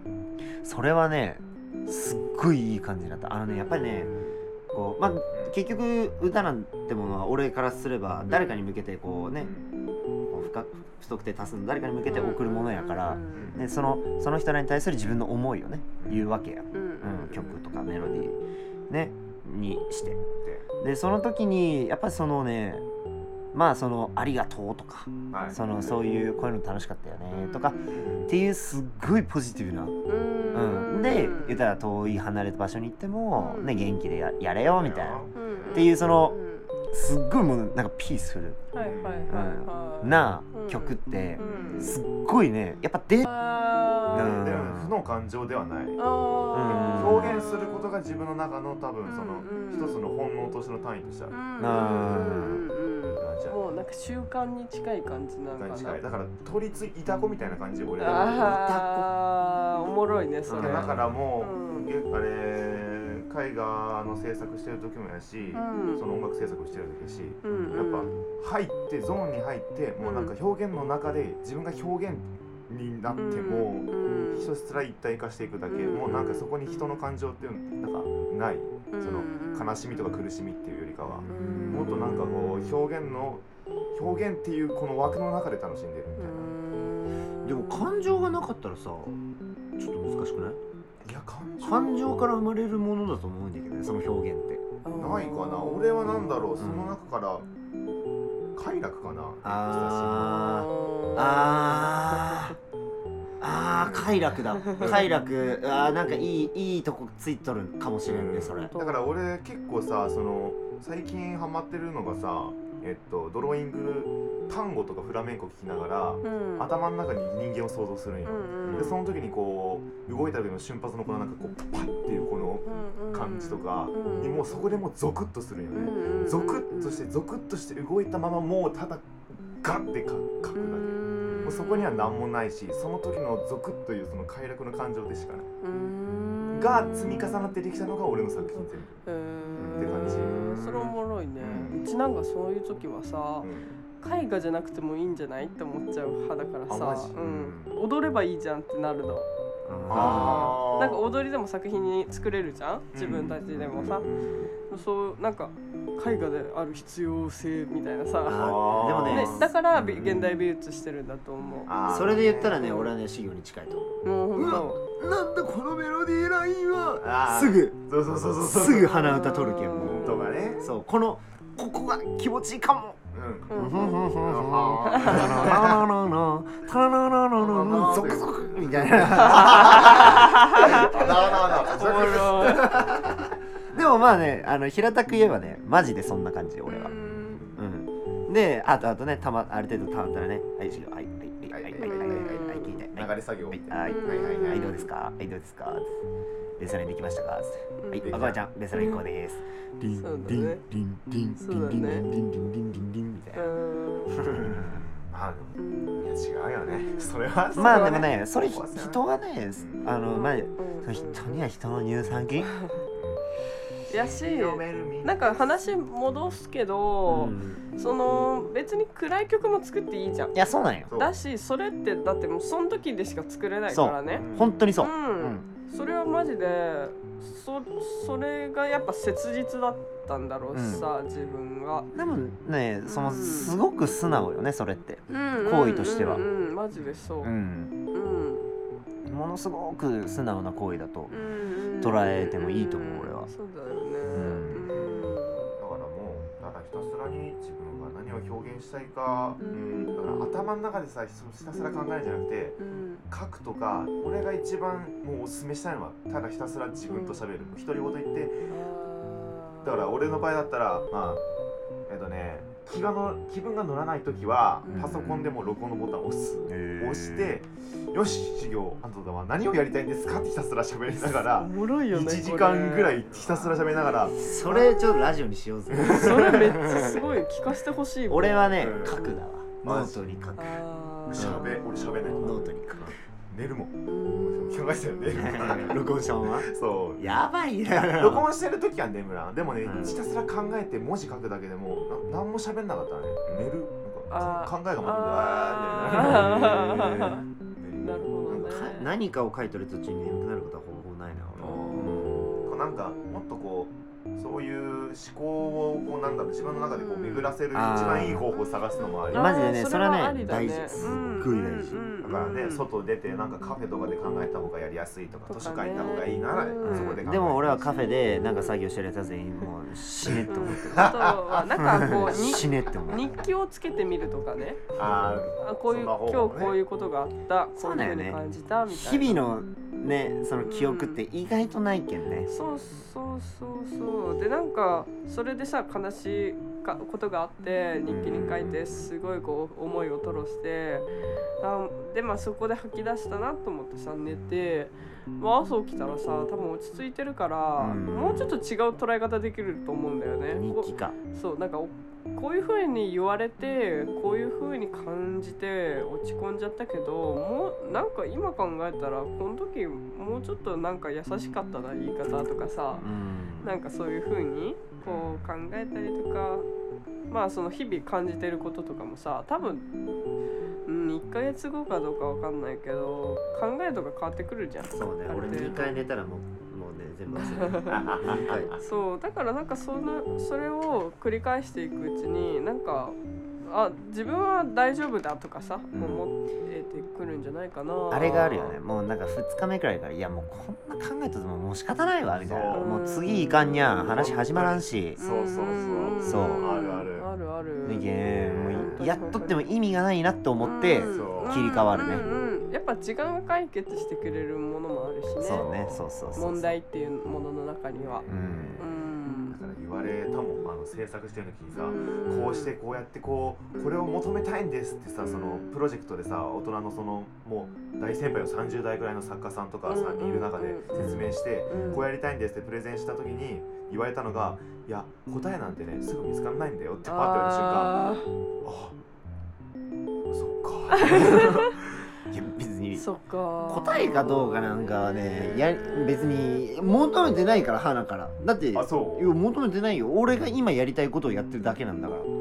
それはねすっごいいい感じだったあのねやっぱりねこうまあ結局歌なんてものは俺からすれば誰かに向けてこうねこう深く不特定多数の誰かに向けて送るものやからう、んね、そのその人らに対する自分の思いをね言うわけや、うんうん、曲とかメロディー、ね、にしてでその時にやっぱりそのねまあその「ありがとう」とかはいそのそういうこういうの楽しかったよねとかうっていうすっごいポジティブなんうん、で言ったら遠い離れた場所に行っても、ね、元気でややれよみたいなっていうそのすっごいもうなんかピースフルはいはいはいはいなうん曲ってうんすっごいねやっぱ出るあでうもん負の感情ではないーあー表現することが自分の中の多分そのうん一つの本能としての単位としてあうるんうんうんうんうん感じだもうなんか習慣に近い感じなのかな近いだから取り付いた子みたいな感じ俺はあーおもろいねそだれうんからもうんう、あれ絵画の制作してる時もやし、うんその音楽制作してる時やし、うんやっぱ入ってゾーンに入ってもうなんか表現の中で自分が表現になっても、うん一つら一体化していくだけ、うんもうなんかそこに人の感情っていうのなんかない、うんその悲しみとか苦しみっていうよりかは、もっとなんかこう表現の表現っていうこの枠の中で楽しんでるみたいな、うんでも感情がなかったらさちょっと難しくないいや感情感情から生まれるものだと思うんだけどねその表現ってないかな俺はなんだろうその中から快楽かなあーあーあー快楽だ快楽あーなんかいいいいとこついとるかもしれんねそれだから俺結構さその最近ハマってるのがさえっとドローイング単語とかフラメンコ聞きながら、うん頭の中に人間を想像するんよ、うんうんでその時にこう動いた時の瞬発のこのなんかこうパッっていうこのうんうん感じとかうんにもうそこでもうゾクッとするんようんね、うんうんゾクッとしてゾクッとして動いたままもうただガッてか書くだけ、うんもうそこには何もないしその時のゾクッというその快楽の感情でしかない、うんが積み重なってできたのが俺の作品全部、へっーて感じそれおもろいね、ううんちなんかそういう時はさ絵画じゃなくてもいいんじゃないって思っちゃう派だからあマさジ、うん、踊ればいいじゃんってなるのあーなんか踊りでも作品に作れるじゃん自分たちでもさ、そうなんか絵画である必要性みたいなさ、あでもあねねー、だからうん現代美術してるんだと思あーそれで言ったらね俺はね修行に近いと思うもうほんとうなんだこのメロディーラインあーすぐそうそうそうそうそうすぐ鼻歌取るけんもとかねうそうこのここが気持ちいいかもうんうんゾクゾクみたいなあなるほどおもろいでもまあねあの平たく言えばねマジでそんな感じ俺はうんうんであとあとねたまある程度たまったらねはい修行はいはいはいはいはいはいはいはい聞いて流れ作業はみいたいなはいうんはいはいどうですかはいどうですかレスラインできましたかうんはいおばあちゃんレスラインこうですリンそうだリンねリンリンリンリンリンリンリンリンリンリンみたいなうんあーでもうんいや違うよねそれはまあそでれもはねそれそこはね人はねあのまあその人には人の乳酸菌、やし読めるみんななんか話戻すけど、うんその別に暗い曲も作っていいじゃんいやそうなんよそうだしそれってだってもうその時でしか作れないからね本当にそう、んうんそれはマジでそそれがやっぱ切実だったんだろうしさ、自分が、でもねそのうんすごく素直よねそれって、行為としてはうんうんマジでそう、うんうんものすごく素直な行為だとうん捉えてもいいと思う俺はそうだよね、だからもうだからひたすらに自分が何を表現したいか、うん、だから頭の中でさひたすら考えるんじゃなくてうん書くとか俺が一番もうおすすめしたいのはただひたすら自分と喋る独り言言ってあーだから俺の場合だったらまあえっとね気がの気分が乗らない時はうんパソコンでも録音のボタンを押す押押して「よし修行あんたは何をやりたいんですか?」ってひたすら喋りながらおもろいよね1時間ぐらいいひたすら喋りながらそれちょっとラジオにしようぜそれめっちゃすごい聞かせてほしい俺はねうん書くだわノートに書くあー喋俺喋れないノートに書く寝るもん <laughs> うん考えてたよね <laughs> 録音したままそうやばいな録音してる時は眠らんでもね、うんひたすら考えて文字書くだけでもな何も喋んなかったらね寝るなんかあー考えがまとまってなあなーなるほどねか何かを書いてる途中に眠くなることは方法ないな俺はこうなんかもっとこうそういう思考をこうなんだろう自分の中でこう巡らせる一あー番いい方法を探すのもありマジでねあーそれはねありだ大事ですうんすっごい大事うんだからね、うん外出てなんかカフェとかで考えた方がやりやすいとかとかね図書館行った方がいいなら、うんそこで考えでも俺はカフェでなんか作業してるやつは全員もう死ねって思う <laughs> あとはなんかこうに <laughs> 死ねって思う日記をつけてみるとかねああこういうそんな方今法日ねこういうことがあったそこううだいうよふうねに感じたみたいな日々のねその記憶って意外とないけんねそうそうそうそうでなんかそれでさ悲しいかことがあって日記に書いてすごいこう思いを吐露してあでまあそこで吐き出したなと思ってさ寝て、まあ、朝起きたらさ多分落ち着いてるから、うんもうちょっと違う捉え方できると思うんだよね。日記かそうなんかおこういう風に言われてこういう風に感じて落ち込んじゃったけどもうなんか今考えたらこの時もうちょっとなんか優しかったな言い方とかさうんなんかそういう風にこう考えたりとかまあその日々感じてることとかもさ多分、うん、1ヶ月後かどうかわかんないけど考えとか変わってくるじゃん。そうね俺2回寝たらもうもうね全部忘れ <laughs> る2回そうだからなんかそのそれを繰り返していくうちになんかあ自分は大丈夫だとかさ、うん思えてくるんじゃないかなあれがあるよねもうなんか2日目くらいからいやもうこんな考えとてももう仕方ないわみたいなそうもう次いかんにゃ話始まらんしそうそうそうんそうあるあるあるあるねえもうやっとっても意味がないなと思ってうんそう切り替わるねうんうんうんやっぱ時間が解決してくれるものもあるしねそうねそうそうそう問題っていうものの中にはううんだんから言われたもんあの制作してる時にさ、うんこうしてこうやってこうこれを求めたいんですってさそのプロジェクトでさ大人のそのもう大先輩の30代ぐらいの作家さんとか3人いる中で説明してうんこうやりたいんですってプレゼンした時に言われたのが「いや答えなんてねすぐ見つからないんだよ」ってパッと言われた瞬間「ああそっか」 <laughs> いや別ーにそっか答えかどうかなんかはねや別に求めてないから花からだっていやあそう求めてないよ俺が今やりたいことをやってるだけなんだから、あうん、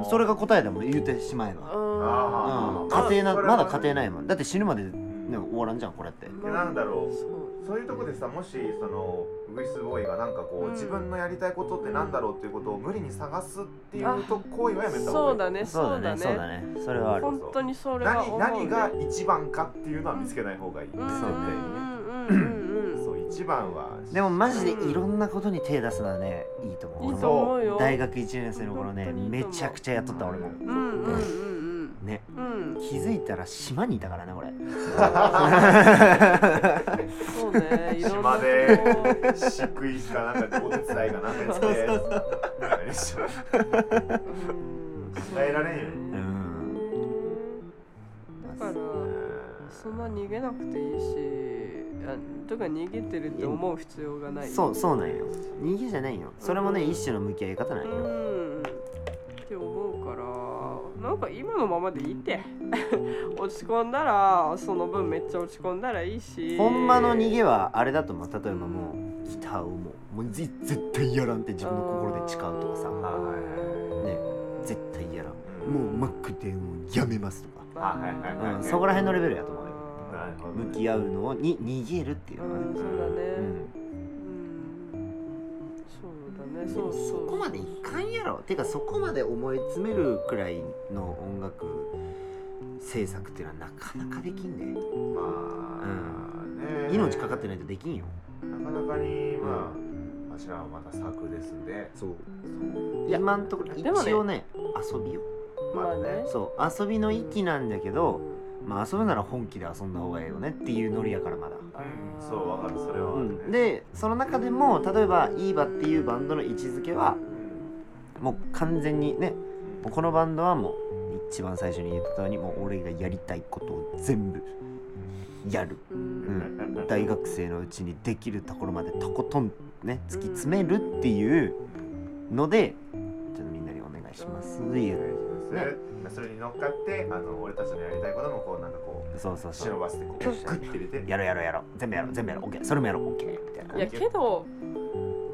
ーそれが答えだもん言うてしまえば、うあん、ー家庭なそれまはだ家庭ないもんだって死ぬまで、ね、でも終わらんじゃんこれってえなんだろうそうそういうとこでさもしそのウグイスボーイがなんかこう、うん自分のやりたいことってなんだろうっていうことを無理に探すっていうと行為はやめたそ方うがいいだねそうだねそうだねそれはある本当にそれは思何何うが一番かっていうのは見つけない方がいい、うんうんそううんうんそう一番はでもマジでいろんなことに手出すのはねいいと思いうい俺とも思うよ大学1年生の頃本ね当にいいめと思うちゃくちゃやっとった俺もうんうんうんねうんうん気づいたら島にいたからね俺そうねいろんな島で飼育員かなんかでお手伝いかなん <laughs> かしてあれでしょえられんようんだからそんな逃げなくていいしあとか逃げてるって思う必要がないそうそうなんよ逃げじゃないよそれもね一種の向き合い方なんうよんって思うからなんか今のままでいいってう落ち込んだらその分めっちゃ落ち込んだらいいしほんまの逃げはあれだと思う例えばもうギターをもうもうぜ絶対やらんって自分の心で誓うとかさうんはいはいはね絶対やらんうんもうマックでもうやめますとか、あはいはいはいうん、そこら辺のレベルやと思うよなるほどね向き合うのに逃げるっていううのはねん、そうだねうん、うんそうだねそうそうそこまでいかんやろてかそこまで思い詰めるくらいの音楽制作っていうのはなかなかできんねまあね命かかってないとできんよなかなかにまああちらはまだ作ですんでそういや今んところ一でもね応ね遊びよまあねそう遊びの域なんだけどまあ遊ぶなら本気で遊んだ方がいいよねっていうノリやからまだ、うんそうわかるそれはうねん、でその中でも例えばイーバっていうバンドの位置づけはうんもう完全にねもうこのバンドはもう一番最初に言ったようにもう俺がやりたいことを全部やるうんうん大学生のうちにできるところまでとことんね突き詰めるっていうのでちょっとみんなにお願いします言うそれそれに乗っかってあの俺たちのやりたいこともこうなんかこそうそううそ忍うばせてこうグッて入れてやろうやろうやろう全部やろう全部やろう OK それもやろう OK みたいないやけど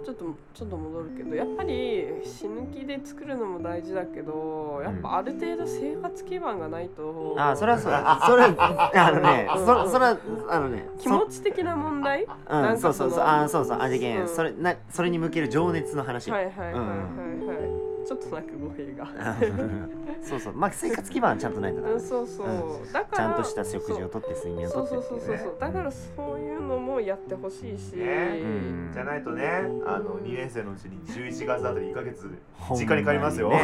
ちょっとちょっと戻るけどやっぱり死ぬ気で作るのも大事だけどやっぱある程度生活基盤がないと、ああそれはそうだ <laughs> それあのねうんそそれはあのね気持ち的な問題はそなうんんそかうそうそそのうあーそうそうあじゃけうんんそれなそれに向ける情熱の話いよはいはいはいはいちょっとなんか語弊が <laughs> そうそうまあ生活基盤はちゃんとないとダメうんそうそう、だからちゃんとした食事をとって睡眠をそとうってそっうてそいううそうそうだからそういうのもやってほしいし、ねうんじゃないとねあの2年生のうちに11月あたり1か月ねほんまに実家に帰りますよね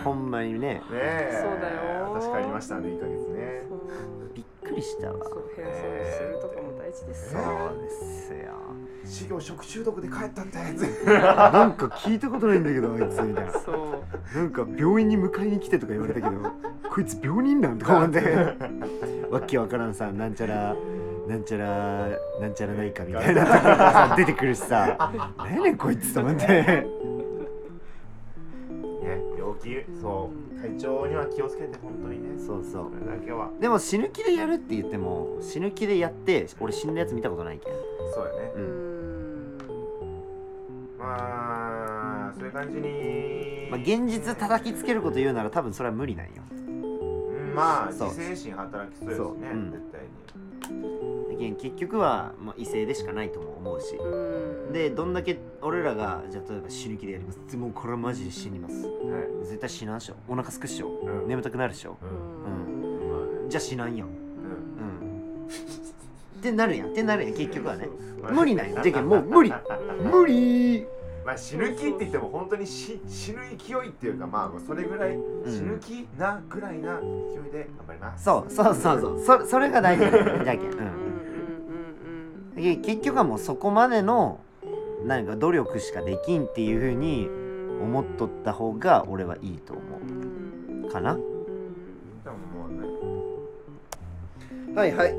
<laughs> ほんまにねえそうだよ私帰りましたね1か月ーねそうびっくりしたわそう変装するとかも大事ですそよ、うです <laughs> よ修行食中毒で帰ったんだよなんか聞いたことないんだけどあいつみたいなそうなんか病院に迎えに来てとか言われたけどこいつ病人なんとか思ってわけわからんさなんちゃらなんちゃらなんちゃらないかみたいなところがさ出てくるしさ何やねんこいつと思ってね病気そう体調には気をつけて本当にねそうそこうれだけはでも死ぬ気でやるって言っても死ぬ気でやって俺死んだやつ見たことないけんそうやねう、うんんまあそういう感じにまあ、現実叩きつけること言うなら多分それは無理なんようんまあそう自制心働きそうですねそう絶うん対にだけん結局は、まあ、異性でしかないとも思うしうんでどんだけ俺らがじゃあ例えば死ぬ気でやりますもうこれはマジで死にますはい絶対死なんっしょお腹すくっしょうん眠たくなるっしょうんうんまあねじゃあ死なんやんうんうんってなるやんってなるやん結局はねまあ無理なんよじゃけんもう無理無理まあ死ぬ気って言っても本当にし死ぬ勢いっていうかまあそれぐらい死ぬ気なぐらいな勢いで頑張りますそうそうそうそうそそれが大事なんよじゃけん、うんうんうんで結局はもうそこまでの何か努力しかできんっていうふうにうん思っとった方が俺はいいと思うんうかなうんでももうねはいはい、うはいん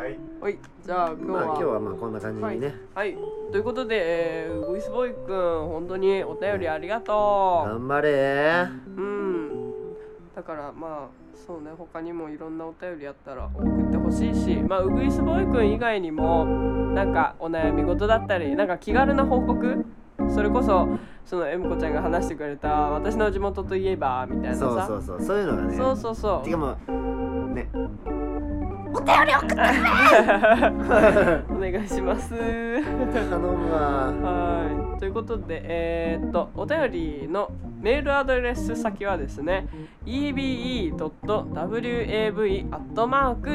はいはいじゃあ今日まあ、今日ははまあこんな感じにね、はいということで、えー、ウイスボーイくん本当にお便りありがと頑張れーううんだからまあそうね他にもいろんなお便りあったら送ってほしいしまあウグイスボーイくん以外にもなんかお悩み事だったりなんか気軽な報告それこそそのえむこちゃんが話してくれた私の地元といえばみたいなさそうそうそうそういうのがねそうそうそうてかもうねお願いします。頼むわはいということで、えーっとお便りのメールアドレス先はですね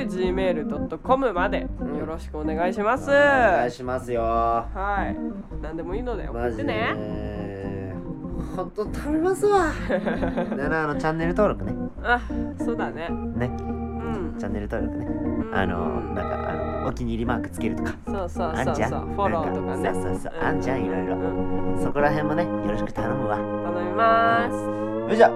ebe.wav.gmail.com までうんよろしくお願いします。お願いしますよーはい何でもいいので送マっジてでね。ほんと頼みますわならあのチャンネル登録ねあそうだね。ねうん。チャンネル登録ねうんあのなんかあのお気に入りマークつけるとかそうそうあそんうじゃんそうフォローとかね。そうそうそうあんじゃんいろいろうんそこら辺もねよろしく頼むわよ頼みます。いしょよ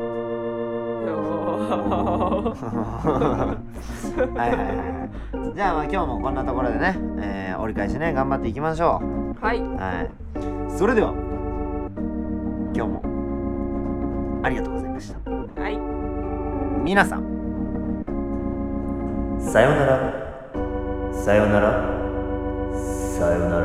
<laughs> ーはいはいはいはいじゃあまあ今日もこんなところでね、えー折り返しね頑張っていきましょはい。うはいそれでは今日もありがとうございましたはい。皆さんさよならさよならさよなら